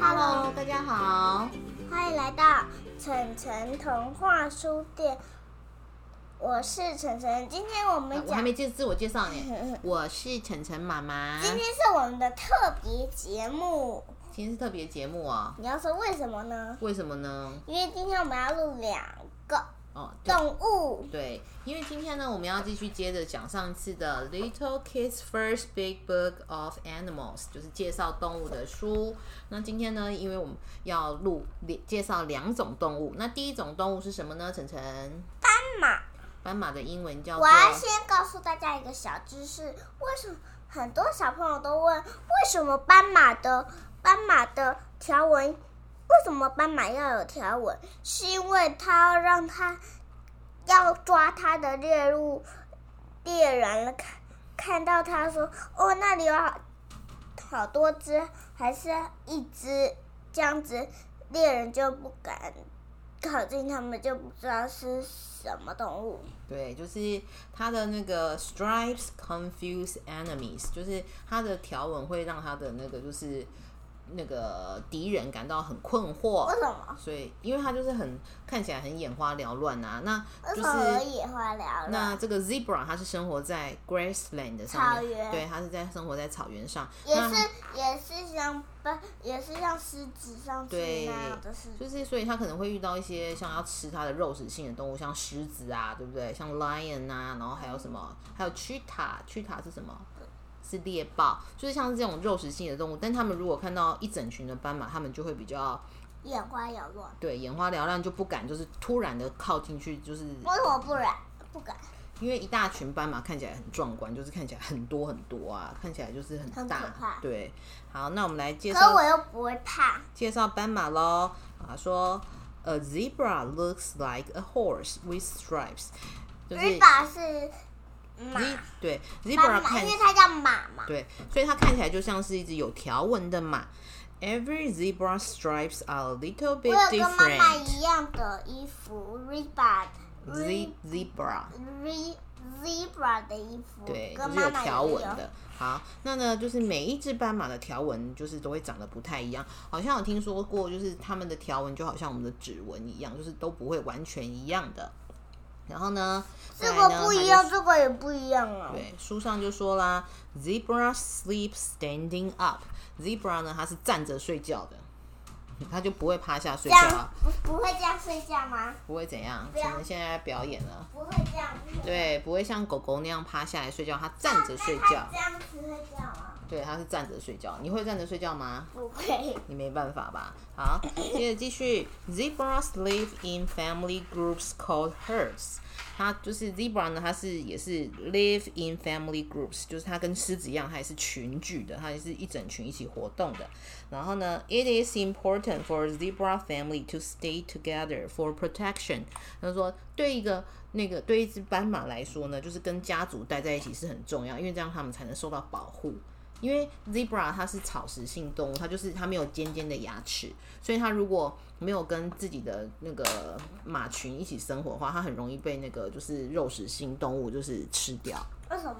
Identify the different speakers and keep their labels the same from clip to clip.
Speaker 1: 啊
Speaker 2: 家好，
Speaker 1: 欢迎来到晨晨童话书店，我是晨晨。今天我们
Speaker 2: 我还
Speaker 1: 讲，
Speaker 2: 没啊
Speaker 1: 今
Speaker 2: 介自我介绍呢，我是晨晨妈妈。
Speaker 1: 天是我们的特别节目。
Speaker 2: 今天是特别节目哦，
Speaker 1: 你要说为什么呢？
Speaker 2: 为什么呢？
Speaker 1: 因为今天我们要录两个
Speaker 2: 哦，对
Speaker 1: 动物，
Speaker 2: 对，因为今天呢，我们要继续接着讲上次的《Little Kids First Big Book of Animals》，就是介绍动物的书。那今天呢，因为我们要录介绍两种动物，那第一种动物是什么呢？晨晨，
Speaker 1: 斑马。
Speaker 2: 斑马的英文叫做
Speaker 1: 我要先告诉大家一个小知识，为什么很多小朋友都问为什么斑马的斑马的条纹，为什么斑马要有条纹？是因为它要让它要抓它的猎物，猎人了看看到它说哦那里有好好多只，还是一只这样子，猎人就不敢靠近，他们就不知道是什么动物。
Speaker 2: 对，就是它的那个 stripes confuse enemies，就是它的条纹会让它的那个就是那个敌人感到很困惑
Speaker 1: 为。什么？
Speaker 2: 所以，因为它就是很看起来很眼花缭乱啊，那
Speaker 1: 为
Speaker 2: 就
Speaker 1: 什么
Speaker 2: 是
Speaker 1: 野花缭
Speaker 2: 那
Speaker 1: 乱？
Speaker 2: 这个 zebra 它是生活在 grassland 的上
Speaker 1: 草
Speaker 2: 面，
Speaker 1: 原
Speaker 2: 对，它是在生活在草原上，
Speaker 1: 也
Speaker 2: 那
Speaker 1: 是也是像不也是像狮子上次
Speaker 2: 对
Speaker 1: 那样的狮子，
Speaker 2: 就是，所以它可能会遇到一些像要吃它的肉食性的动物，像狮子啊，对不对？像 lion 啊，然后还有什么？
Speaker 1: 嗯
Speaker 2: 还有 cheetah，cheetah 是什么？是猎豹，就是像这种肉食性的动物。但它们如果看到一整群的斑马，它们就会比较
Speaker 1: 眼花缭乱。
Speaker 2: 对眼花缭乱，就不敢就是突然的靠近去，就是
Speaker 1: 为什么不然不敢？
Speaker 2: 因为一大群斑马看起来很壮观，就是看起来很多很多啊，看起来就是很
Speaker 1: 很
Speaker 2: 大。
Speaker 1: 可怕
Speaker 2: 对，好，那我们来介
Speaker 1: 可
Speaker 2: 绍
Speaker 1: 我又不会怕。
Speaker 2: 介绍斑马喽啊，说 A zebra looks like a horse with stripes，就是
Speaker 1: 日宝是马，
Speaker 2: Z- 对 zebra
Speaker 1: 斑马，
Speaker 2: 看
Speaker 1: 因为它叫马嘛。
Speaker 2: 对，所以它看起来就像是一只有条纹的马。Every zebra stripes are a little
Speaker 1: 我
Speaker 2: bit
Speaker 1: 有跟妈妈
Speaker 2: different.
Speaker 1: 一样的衣服，Riba
Speaker 2: Z zebra
Speaker 1: Re Zebra 的衣服，
Speaker 2: 对，
Speaker 1: 跟
Speaker 2: 就是
Speaker 1: 妈
Speaker 2: 有
Speaker 1: 妈也
Speaker 2: 条纹
Speaker 1: 有。
Speaker 2: 的。好，那呢，就是每一只斑马的条纹就是都会长得不太一样。好像有听说过，就是它们的条纹就好像我们的指纹一样，就是都不会完全一样的。然后呢，
Speaker 1: 这
Speaker 2: 再来
Speaker 1: 个
Speaker 2: 呢
Speaker 1: 不
Speaker 2: 它
Speaker 1: 一
Speaker 2: 就
Speaker 1: 样，
Speaker 2: 是
Speaker 1: 这个也不一样啊。
Speaker 2: 对，书上就说啦，zebra sleep standing up。zebra 呢，它是站着睡觉的，它就不会趴下
Speaker 1: 这
Speaker 2: 睡觉
Speaker 1: 样
Speaker 2: 啊，
Speaker 1: 不不会这样睡觉吗？
Speaker 2: 不会怎样。
Speaker 1: 不
Speaker 2: 只
Speaker 1: 要
Speaker 2: 能现在表演了，
Speaker 1: 不会这样。
Speaker 2: 对，不会像狗狗那样趴下来睡觉，它站着睡
Speaker 1: 那
Speaker 2: 觉
Speaker 1: 它。这样子会这样吗？
Speaker 2: 对，它是站着睡觉。你会站着睡觉吗？
Speaker 1: 啊不会。
Speaker 2: 你没办法吧？好，接着继续。Zebras live in family groups called herds。它就是 zebra 呢，它是也是 live in family groups，就是它跟狮子一样，它也是群聚的，它也是一整群一起活动的。然后呢，It is important for zebra family to stay together for protection。他说，对一个那个对一只斑马来说呢，就是跟家族待在一起是很重要，因为这样它们才能受到保护。因为 zebra 它是草食性动物，它就是它没有尖尖的牙齿，所以它如果没有跟自己的那个马群一起生活的话，它很容易被那个就是肉食性动物就是吃掉。
Speaker 1: 为什么？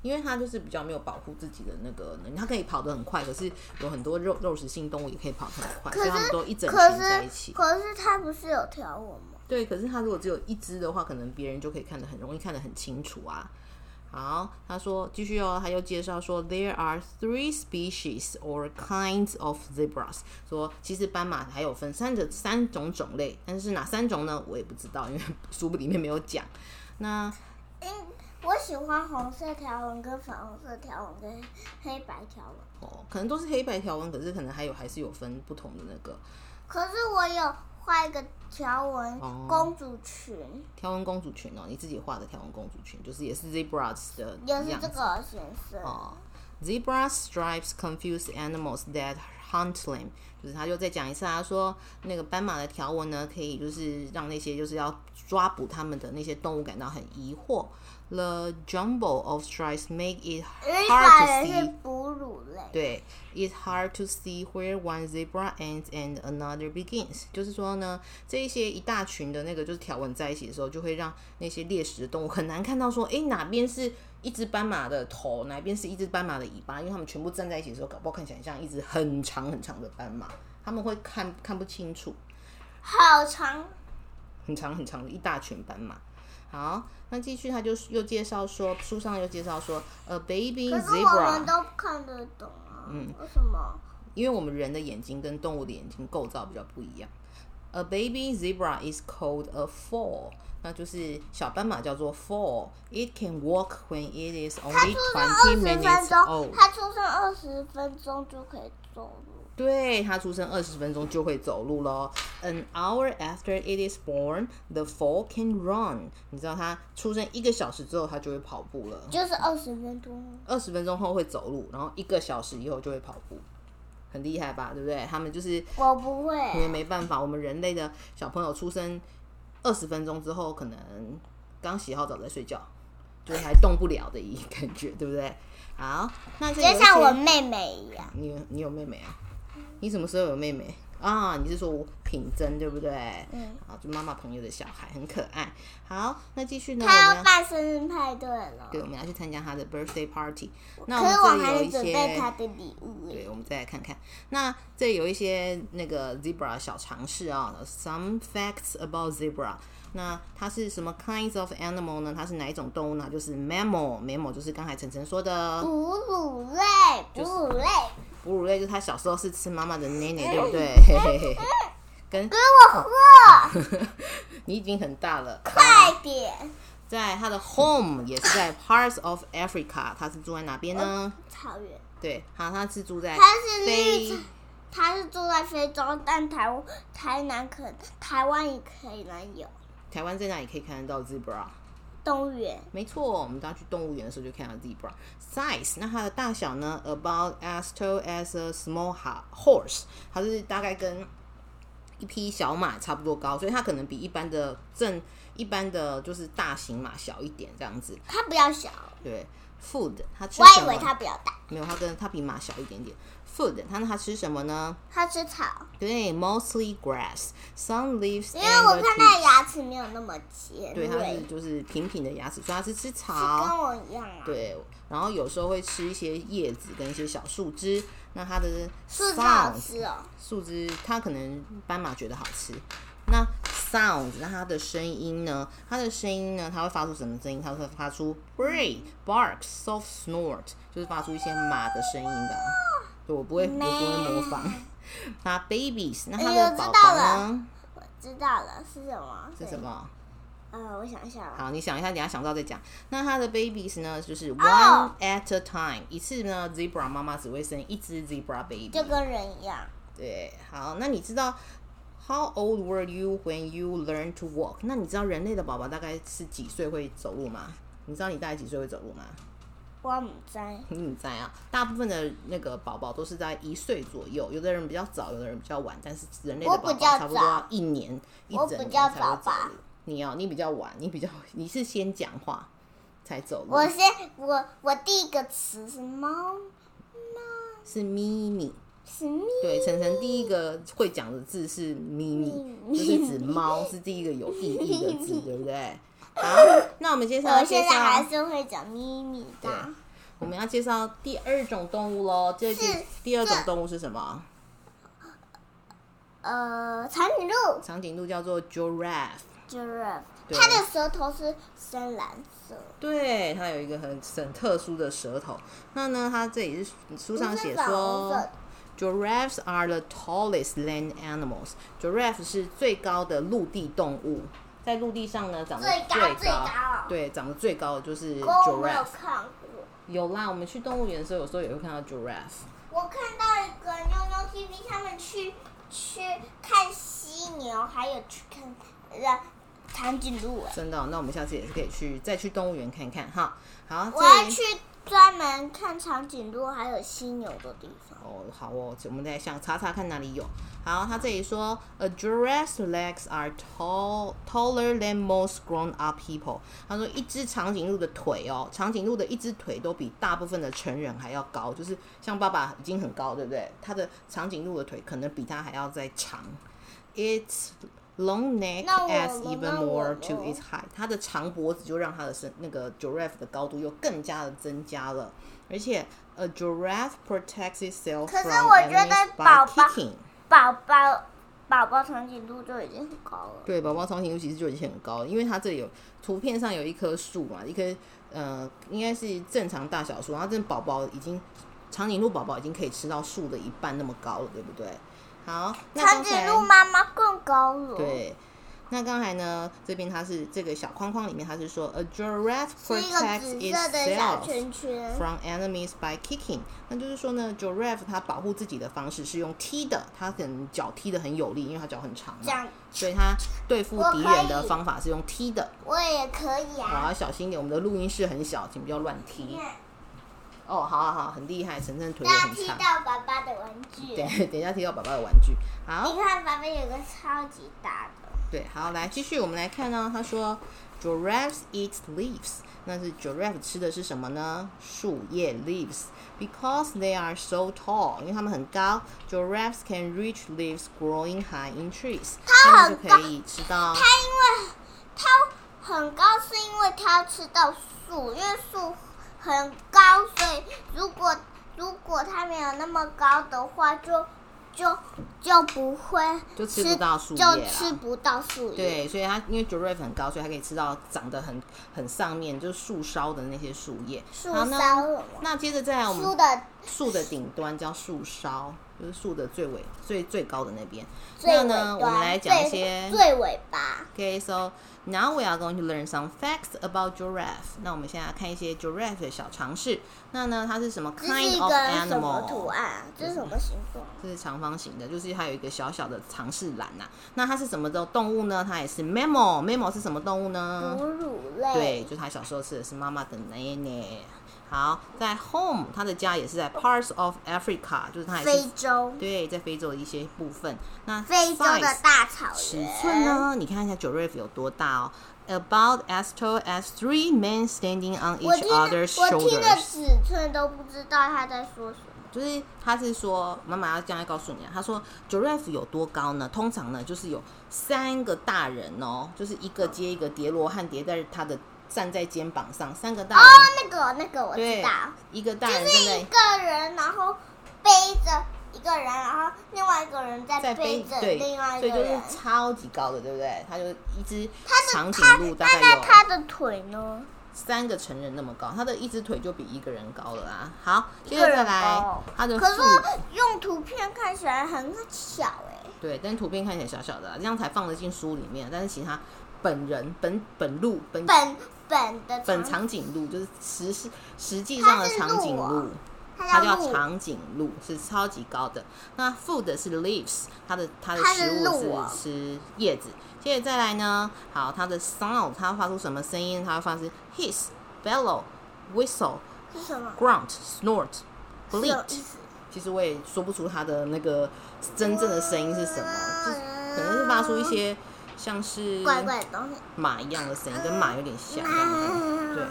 Speaker 2: 因为它就是比较没有保护自己的那个能力，它可以跑得很快，可是有很多肉肉食性动物也可以跑得很快，所以它们都一整群
Speaker 1: 可
Speaker 2: 在一
Speaker 1: 是
Speaker 2: 起。
Speaker 1: 可是它不是有条纹吗？
Speaker 2: 对，可是它如果只有一只的话，可能别人就可以看得很容易看得很清楚啊。好，他说继续哦，他又介绍说，there are three species or kinds of zebras。说其实斑马还有分三的三种种类，但是哪三种呢？我也不知道，因为 书里面没有讲。那
Speaker 1: 嗯，我喜欢红色条纹跟粉红色条纹跟黑白条纹。
Speaker 2: 哦，可能都是黑白条纹，可是可能还有还是有分不同的那个
Speaker 1: 可是我有画一个条纹
Speaker 2: 哦
Speaker 1: 公主裙，
Speaker 2: 条纹公主裙哦，你自己画的条纹公主裙，就是也是 zebras 的
Speaker 1: 也
Speaker 2: 样
Speaker 1: 是
Speaker 2: 子
Speaker 1: 这个颜色。
Speaker 2: 哦，zebra stripes confuse animals that hunt them，就是他就再讲一次啊，说那个斑马的条纹呢，可以就是让那些就是要抓捕它们的那些动物感到很疑惑。The jumble of stripes make it
Speaker 1: 日本
Speaker 2: hard to
Speaker 1: 人是
Speaker 2: see。
Speaker 1: 哺乳类。
Speaker 2: 对，it's hard to see where one zebra ends and another begins。就是说呢，这一些一大群的那个就是条纹在一起的时候，就会让那些猎食的动物很难看到说，诶，哪边是一只斑马的头，哪边是一只斑马的尾巴，因为它们全部站在一起的时候，搞不好看起来像一只很长很长的斑马。他们会看看不清楚，
Speaker 1: 好长，
Speaker 2: 很长很长的一大群斑马。好，那继续，他就又介绍说，书上又介绍说，a baby
Speaker 1: 可是我们
Speaker 2: zebra，
Speaker 1: 都看得懂啊。嗯，为什么？
Speaker 2: 因为我们人的眼睛跟动物的眼睛构造比较不一样。A baby zebra is called a foal，那就是小斑马叫做 foal。It can walk when it is
Speaker 1: 他
Speaker 2: only
Speaker 1: 出生二
Speaker 2: 20
Speaker 1: 十分
Speaker 2: minutes
Speaker 1: 钟，
Speaker 2: old。
Speaker 1: 他出生二十分钟就可以走路。
Speaker 2: 对，它出生二十分钟就会走路喽。An hour after it is born, the foal can run。你知道它出生一个小时之后，它就会跑步了。
Speaker 1: 就是二十分钟，
Speaker 2: 二十分钟后会走路，然后一个小时以后就会跑步，很厉害吧？对不对？他们就是
Speaker 1: 我不
Speaker 2: 因为
Speaker 1: 会。
Speaker 2: 没办法，我们人类的小朋友出生二十分钟之后，可能刚洗好澡在睡觉，就是还动不了的一个感觉，对不对？好，那这
Speaker 1: 就像我
Speaker 2: 有一些
Speaker 1: 妹妹一样，
Speaker 2: 你有你有妹妹啊？你什么时候有妹妹啊？你是说我品珍对不对？
Speaker 1: 嗯，
Speaker 2: 啊，就妈妈朋友的小孩很可爱。好，那继续呢？我
Speaker 1: 她
Speaker 2: 们
Speaker 1: 要
Speaker 2: 要
Speaker 1: 办生日派对了。
Speaker 2: 对，我们要去参加她的 birthday party。那
Speaker 1: 可是我
Speaker 2: 我们
Speaker 1: 还没
Speaker 2: 这里有一
Speaker 1: 准
Speaker 2: 些
Speaker 1: 备她的礼物耶。
Speaker 2: 对，我们再来看看。那这里有一些那个 zebra 小常识啊、s o m e facts about zebra。那它是什么 kinds of animal 呢？它是哪一种动物呢？就是 mammal，mammal 就是刚才晨晨说的
Speaker 1: 哺乳类，哺乳类。
Speaker 2: 哺乳类，就是它小时候是吃妈妈的奶奶，对不对？跟
Speaker 1: 给我喝，
Speaker 2: 你已经很大了，
Speaker 1: 快点！
Speaker 2: 在它的 home 也是在 parts of Africa，它是住在哪边呢？
Speaker 1: 草原，
Speaker 2: 对，好，它是住在
Speaker 1: 它是绿
Speaker 2: 非
Speaker 1: 草，它是住在非洲，但台湾台南可台湾也可以能有
Speaker 2: 台湾在哪里可以看得到 zebra？
Speaker 1: 动物园。
Speaker 2: 没错，我们当去动物园的时候就看到 zebra size。那它的大小呢？About as tall as a small ho- horse，它是大概跟一匹小马差不多高，所以它可能比一般的正一般的就是大型马小一点这样子。
Speaker 1: 它比较小，
Speaker 2: 对，food 它吃
Speaker 1: 我
Speaker 2: 什
Speaker 1: 以
Speaker 2: 么？
Speaker 1: 为它比较大。
Speaker 2: 没有，它跟它比马小一点点。food 它它吃什么呢？
Speaker 1: 它吃草，
Speaker 2: 对，mostly grass, some leaves
Speaker 1: 因
Speaker 2: and
Speaker 1: 为我
Speaker 2: the
Speaker 1: 看它
Speaker 2: tree。
Speaker 1: 的牙齿没有那么尖
Speaker 2: 哎对，它是
Speaker 1: 锐，
Speaker 2: 就是平平的牙齿，所以它是吃草。
Speaker 1: 跟我一样啊。
Speaker 2: 对，然后有时候会吃一些叶子跟一些小树枝。那它的
Speaker 1: 是
Speaker 2: sound
Speaker 1: 好吃哦，
Speaker 2: 树枝，它可能斑马觉得好吃。那 sound，那它的声音呢？它的声音呢？它会发出什么声音？它会发出 bray、bark、soft snort，就是发出一些马的声音的。对，我不会，我不会模仿。 那 babies，那它
Speaker 1: 哎
Speaker 2: 的
Speaker 1: 呦
Speaker 2: 宝
Speaker 1: 知道
Speaker 2: 宝
Speaker 1: 了
Speaker 2: 呢？
Speaker 1: 我知道了是什么？
Speaker 2: 是什？么？
Speaker 1: 呃，我想一下啊，
Speaker 2: 好，你想一下，等一下想到再讲。那它的 babies 呢，就是
Speaker 1: 哦
Speaker 2: one at a time，、一次呢，zebra 妈妈只会生一只 zebra baby。
Speaker 1: 就跟人一样。
Speaker 2: 对，好，那你知道 how old were you when you learned to walk？那你知道人类的宝宝大概是几岁会走路吗？你知道你大概几岁会走路吗？
Speaker 1: 我唔知，
Speaker 2: 你在啊，大部分的那个宝宝都是在一岁左右，有的人比较早，有的人比较晚，但是人类的
Speaker 1: 我
Speaker 2: 宝
Speaker 1: 比
Speaker 2: 宝
Speaker 1: 较
Speaker 2: 差不多
Speaker 1: 早
Speaker 2: 要一年一
Speaker 1: 我
Speaker 2: 整
Speaker 1: 比
Speaker 2: 年
Speaker 1: 较
Speaker 2: 才
Speaker 1: 早
Speaker 2: 会走
Speaker 1: 吧
Speaker 2: 路。你哦，你比较晚，你比较你是先讲话才走路，
Speaker 1: 我先我我第一个词是猫，
Speaker 2: 是咪咪。
Speaker 1: 是咪，
Speaker 2: 对，晨晨第一个会讲的字是咪咪，就是指猫，是第一个有意义的 字，对不对？好，那我们接下
Speaker 1: 我
Speaker 2: 来介
Speaker 1: 现在还
Speaker 2: 绍，
Speaker 1: 是会讲咪咪
Speaker 2: 对
Speaker 1: 的。
Speaker 2: 我们要介绍第二种动物喽。这第
Speaker 1: 是
Speaker 2: 第二种
Speaker 1: 这
Speaker 2: 动物是什么？
Speaker 1: 呃，长颈鹿
Speaker 2: 长颈鹿叫做 giraffe。
Speaker 1: giraffe，
Speaker 2: 对
Speaker 1: 它的舌头是深蓝色。
Speaker 2: 对，它有一个很很特殊的舌头。那呢，它这里是书上写
Speaker 1: 不是粉红色
Speaker 2: 说
Speaker 1: 的
Speaker 2: ，giraffes are the tallest land animals。giraffe 是最高的陆地动物，在陆地上呢长得
Speaker 1: 最高
Speaker 2: 最
Speaker 1: 最高
Speaker 2: 对，长得最高的就是
Speaker 1: 哦我没有
Speaker 2: giraffe。
Speaker 1: 看过，
Speaker 2: 有啦，我们去动物园的时候，有时候也会看到 giraffe。
Speaker 1: 我看到一个妞妞 TV，他们去去看犀牛，还有去看呃长颈鹿。哎
Speaker 2: 真的哦、那我们下次也是可以去再去动物园看看哈。好，
Speaker 1: 我要
Speaker 2: 这里
Speaker 1: 去专门看长颈鹿还有犀牛的地方。
Speaker 2: 哦，好哦，我们再想查查看哪里有。好，他这里说，A giraffe's legs are tall taller than most grown-up people。他说，一只长颈鹿的腿哦，长颈鹿的一只腿都比大部分的成人还要高，就是像爸爸已经很高，对不对？他的长颈鹿的腿可能比他还要再长。Its long neck
Speaker 1: 那我
Speaker 2: adds
Speaker 1: 呢
Speaker 2: even
Speaker 1: 那我
Speaker 2: more
Speaker 1: 呢
Speaker 2: to its height。它的长脖子就让它的身那个 giraffe 的高度又更加的增加了，而且 a giraffe protects itself
Speaker 1: 可是
Speaker 2: from
Speaker 1: 我觉得
Speaker 2: enemies
Speaker 1: 宝
Speaker 2: by
Speaker 1: 宝
Speaker 2: kicking。
Speaker 1: 宝宝宝宝长颈鹿就已经很高了。
Speaker 2: 对，宝宝长颈鹿其实就已经很高了，因为它这里有图片上有一棵树嘛，一棵呃应该是正常大小树，然后这宝宝已经长颈鹿宝宝已经可以吃到树的一半那么高了，对不对？好，那
Speaker 1: 长
Speaker 2: 刚才
Speaker 1: 颈鹿妈妈更高了。，
Speaker 2: 对。那刚才呢？这边它是这个小框框里面，它是说 a giraffe
Speaker 1: 是一个
Speaker 2: protects
Speaker 1: 紫色的小
Speaker 2: itself
Speaker 1: 圈圈。
Speaker 2: from enemies by kicking。那就是说呢，giraffe 它保护自己的方式是用踢的，它可能脚踢的很有力，因为它脚很长
Speaker 1: 这
Speaker 2: 嘛，
Speaker 1: 样
Speaker 2: 所以它对付
Speaker 1: 我
Speaker 2: 敌
Speaker 1: 可
Speaker 2: 人的
Speaker 1: 以
Speaker 2: 方法是用踢的。
Speaker 1: 我也可以
Speaker 2: 我
Speaker 1: 啊。
Speaker 2: 要小心一点，我们的录音室很小，请不要乱踢。哦，好好好，很厉害，晨晨腿也
Speaker 1: 大家
Speaker 2: 很
Speaker 1: 踢
Speaker 2: 长。
Speaker 1: 到爸爸的玩具。
Speaker 2: 对，等一下踢到宝宝的玩具。好
Speaker 1: 你，看爸爸有个超级大的，
Speaker 2: 对，好，来继续，我们来看呢、他说，giraffes eat leaves，那是 giraffe 吃的是什么呢？树叶 leaves。Because they are so tall，因为它们很高，giraffes can reach leaves growing high in trees，它们就可以吃到。
Speaker 1: 它因为它很高，是因为它吃到树，因为树很高，所以如果如果它没有那么高的话，就就就不会
Speaker 2: 就吃不到树叶啦
Speaker 1: 就吃不到树叶。
Speaker 2: 对，所以它因为 giraffe 很高，所以它可以吃到长得很很上面，就是树梢的那些树叶。
Speaker 1: 树
Speaker 2: 好
Speaker 1: 梢
Speaker 2: 那
Speaker 1: 什么
Speaker 2: 那接着再来我
Speaker 1: 树
Speaker 2: 们
Speaker 1: 的
Speaker 2: 树的顶端叫树梢，就是树的最尾最最高的那边。
Speaker 1: 最尾
Speaker 2: 那
Speaker 1: 端，
Speaker 2: 呢，我们来讲一
Speaker 1: 最
Speaker 2: 些。
Speaker 1: 最尾巴。
Speaker 2: Okay, so now we are going to learn some facts about giraffe. 那我们现在看一些 giraffe 的小常识。那呢，它是什么
Speaker 1: 这是一
Speaker 2: kind
Speaker 1: 个
Speaker 2: of
Speaker 1: 什么图啊
Speaker 2: animal？
Speaker 1: 案？这是什么形状？
Speaker 2: 这是长方形的，就是它有一个小小的尝试栏呐、那它是什么的动物呢？它也是 mammal。mammal 是什么动物呢？
Speaker 1: 哺乳类。
Speaker 2: 对，就他小时候吃的是妈妈的奶奶。好，在 home，他的家也是在 parts of Africa，就是他也
Speaker 1: 非
Speaker 2: 是
Speaker 1: 洲，
Speaker 2: 对，在非洲的一些部分。那
Speaker 1: 非洲
Speaker 2: size
Speaker 1: 的大草原。
Speaker 2: 尺寸？呢？你看一下 giraffe 有多大哦？About as tall as three men standing on
Speaker 1: 我
Speaker 2: each
Speaker 1: 听
Speaker 2: other's
Speaker 1: 我听的
Speaker 2: shoulders。
Speaker 1: 尺寸都不知道他在说什么。
Speaker 2: 就是他是说，妈妈要这样告诉你啊，他说 giraffe 有多高呢？通常呢，就是有三个大人哦，就是一个接一个叠罗汉叠在他的站在肩膀上，三个大人。
Speaker 1: 哦，那个那个我知
Speaker 2: 对
Speaker 1: 道，，
Speaker 2: 一个大
Speaker 1: 就
Speaker 2: 人
Speaker 1: 是
Speaker 2: 正
Speaker 1: 一
Speaker 2: 在
Speaker 1: 个人，然后背着一个人，然后另外一个人
Speaker 2: 在
Speaker 1: 在背
Speaker 2: 背
Speaker 1: 着
Speaker 2: 对，
Speaker 1: 另外
Speaker 2: 所
Speaker 1: 一
Speaker 2: 以
Speaker 1: 个
Speaker 2: 就是
Speaker 1: 人。
Speaker 2: 超级高的，对不对？它就一只
Speaker 1: 他的
Speaker 2: 长颈
Speaker 1: 他
Speaker 2: 鹿大
Speaker 1: 那
Speaker 2: 概
Speaker 1: 那
Speaker 2: 有
Speaker 1: 他的腿呢？
Speaker 2: 三个成人那么高，它的一只腿就比一个人高了啦。好，接
Speaker 1: 一
Speaker 2: 着
Speaker 1: 个人
Speaker 2: 再来
Speaker 1: 啊高，
Speaker 2: 它的
Speaker 1: 可
Speaker 2: 腹
Speaker 1: 是用图片看起来很小哎、
Speaker 2: 对，但图片看起来小小的啦，啊这样才放得进书里面。但是其他本人本本鹿本
Speaker 1: 本本的
Speaker 2: 本
Speaker 1: 长，
Speaker 2: 长颈鹿就是实是实际上的长颈
Speaker 1: 它是鹿
Speaker 2: 鹿
Speaker 1: 啊。
Speaker 2: 它
Speaker 1: 它
Speaker 2: 叫
Speaker 1: 鹿，
Speaker 2: 长颈鹿，是超级高的。那 food 是 leaves，它的它的
Speaker 1: 它
Speaker 2: 食
Speaker 1: 是鹿
Speaker 2: 物
Speaker 1: 啊
Speaker 2: 是吃叶子。接着再来呢，好，它的 sound，它发出什么声音？它会发出 hiss、bellow、whistle、
Speaker 1: 是什么？
Speaker 2: grunt、snort、
Speaker 1: 是有
Speaker 2: bleat
Speaker 1: 意。思
Speaker 2: 其实我也说不出它的那个真正的声音是什么，就是可能是发出一些像是
Speaker 1: 怪怪的东西。
Speaker 2: 马一样的声音，跟马有点像。那种感觉对，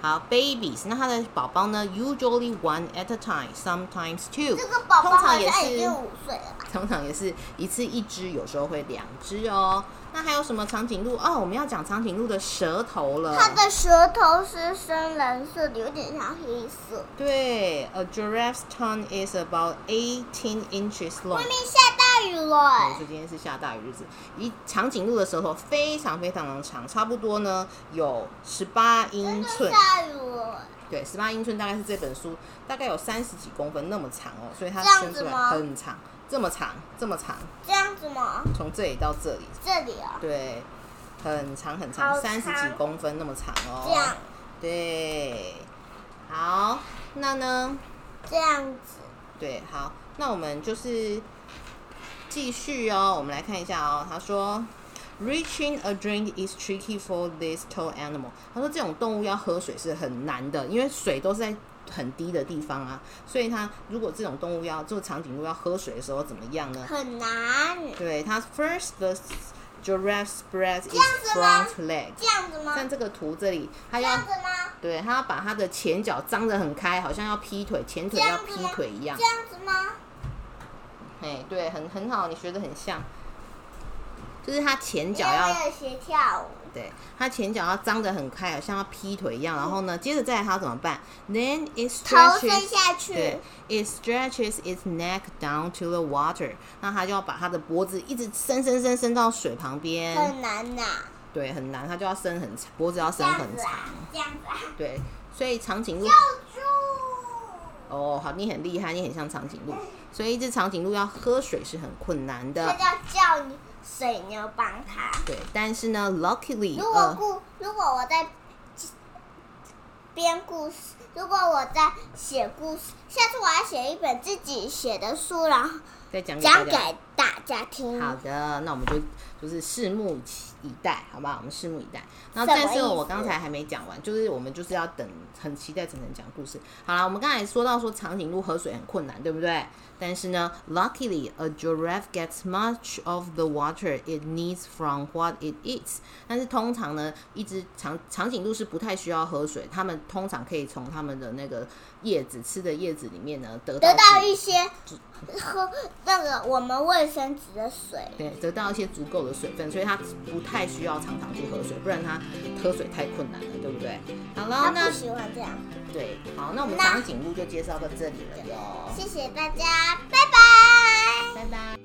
Speaker 2: 好，babies，那它的宝宝呢？Usually one at a time, sometimes two。
Speaker 1: 这个宝宝
Speaker 2: 通
Speaker 1: 好
Speaker 2: 常也
Speaker 1: 像已经
Speaker 2: 是，
Speaker 1: 五岁了吧？
Speaker 2: 通常也是一次一只，有时候会两只哦。那还有什么长颈鹿？哦，我们要讲长颈鹿的舌头了。
Speaker 1: 它的舌头是深蓝色的，有点像黑色。
Speaker 2: 对，a giraffe's tongue is about eighteen inches
Speaker 1: 外
Speaker 2: long
Speaker 1: 面。下大雨
Speaker 2: 嗯
Speaker 1: 了，
Speaker 2: 所以今天是下大雨日子。一长颈鹿的舌头非常非常的长，差不多呢有十八
Speaker 1: 真
Speaker 2: 英
Speaker 1: 的
Speaker 2: 寸。
Speaker 1: 下雨了。
Speaker 2: 对，十八英寸大概是这本书大概有三十几公分那么长哦，所以它
Speaker 1: 这样
Speaker 2: 伸出
Speaker 1: 子
Speaker 2: 来
Speaker 1: 吗
Speaker 2: 很长，这么长，这么长，
Speaker 1: 这样子吗？
Speaker 2: 从这里到这里，
Speaker 1: 这里啊、
Speaker 2: 对，很长很长，
Speaker 1: 好
Speaker 2: 三十几
Speaker 1: 长
Speaker 2: 公分那么长哦。
Speaker 1: 这样
Speaker 2: 对，好，那呢？
Speaker 1: 这样子，
Speaker 2: 对，好，那我们就是继续哦，我们来看一下哦。他说，reaching a drink is tricky for this tall animal。他说这种动物要喝水是很难的，因为水都是在很低的地方啊，所以它如果这种动物要就长颈鹿要喝水的时候怎么样呢？
Speaker 1: 很难。
Speaker 2: 对，它 first the giraffe spreads
Speaker 1: 这样
Speaker 2: its
Speaker 1: 子吗
Speaker 2: front leg。
Speaker 1: 这样子吗？
Speaker 2: 像这个图这里，它
Speaker 1: 这
Speaker 2: 要
Speaker 1: 样子吗？
Speaker 2: 对它要把它的前脚张得很开，好像要劈腿，前腿
Speaker 1: 这
Speaker 2: 要
Speaker 1: 样子
Speaker 2: 劈
Speaker 1: 吗
Speaker 2: 腿一样
Speaker 1: 这。样子吗？
Speaker 2: 哎，对，很很好，你学的很像。就是它前脚
Speaker 1: 因为
Speaker 2: 要
Speaker 1: 没有学跳舞。
Speaker 2: 对，它前脚要张得很开，像要劈腿一样。然后呢，接着再来它要怎么办？Then it
Speaker 1: 头伸
Speaker 2: stretches，
Speaker 1: 下
Speaker 2: 对
Speaker 1: 去，
Speaker 2: ，it stretches its neck down to the water。那它就要把它的脖子一直伸伸伸伸到水旁边。
Speaker 1: 很难呐，
Speaker 2: 对，很难，它就要伸很长，脖子要
Speaker 1: 这
Speaker 2: 伸
Speaker 1: 样
Speaker 2: 很
Speaker 1: 子
Speaker 2: 长。
Speaker 1: 啊，这样子啊，
Speaker 2: 对，所以长颈鹿
Speaker 1: 抱住，
Speaker 2: 哦，好，你很厉害，你很像长颈鹿。所以一只长颈鹿要喝水是很困难
Speaker 1: 这
Speaker 2: 的。
Speaker 1: 叫叫你水牛帮他。
Speaker 2: 对，但是呢，luckily，
Speaker 1: 如果
Speaker 2: 呃，
Speaker 1: 故如果我在编故事，如果我在写故事，下次我要写一本自己写的书，然后
Speaker 2: 再讲给大
Speaker 1: 讲
Speaker 2: 家。
Speaker 1: 给大家听。
Speaker 2: 嗯好的，那我们就就是拭目以待，好不好？我们拭目以待。然后，
Speaker 1: 什么
Speaker 2: 但是
Speaker 1: 意
Speaker 2: 我
Speaker 1: 思
Speaker 2: 刚才还没讲完，就是我们就是要等，很期待晨晨讲故事。好了，我们刚才说到说长颈鹿喝水很困难，对不对？但是呢，luckily a giraffe gets much of the water it needs from what it eats。但是通常呢，一只长长颈鹿是不太需要喝水，它们通常可以从它们的那个叶子吃的叶子里面呢得到
Speaker 1: 得到
Speaker 2: 足
Speaker 1: 一些喝那个我们卫生纸的水，
Speaker 2: 对，得到一些足够的水分，所以它不太需要常常去喝水，不然它喝水太困难了，对不对？好
Speaker 1: 他
Speaker 2: 了，那
Speaker 1: 不喜欢这样。
Speaker 2: 对，好，那我们
Speaker 1: 那
Speaker 2: 长颈鹿就介绍到这里了哟，
Speaker 1: 谢谢大家，拜拜。
Speaker 2: 拜拜。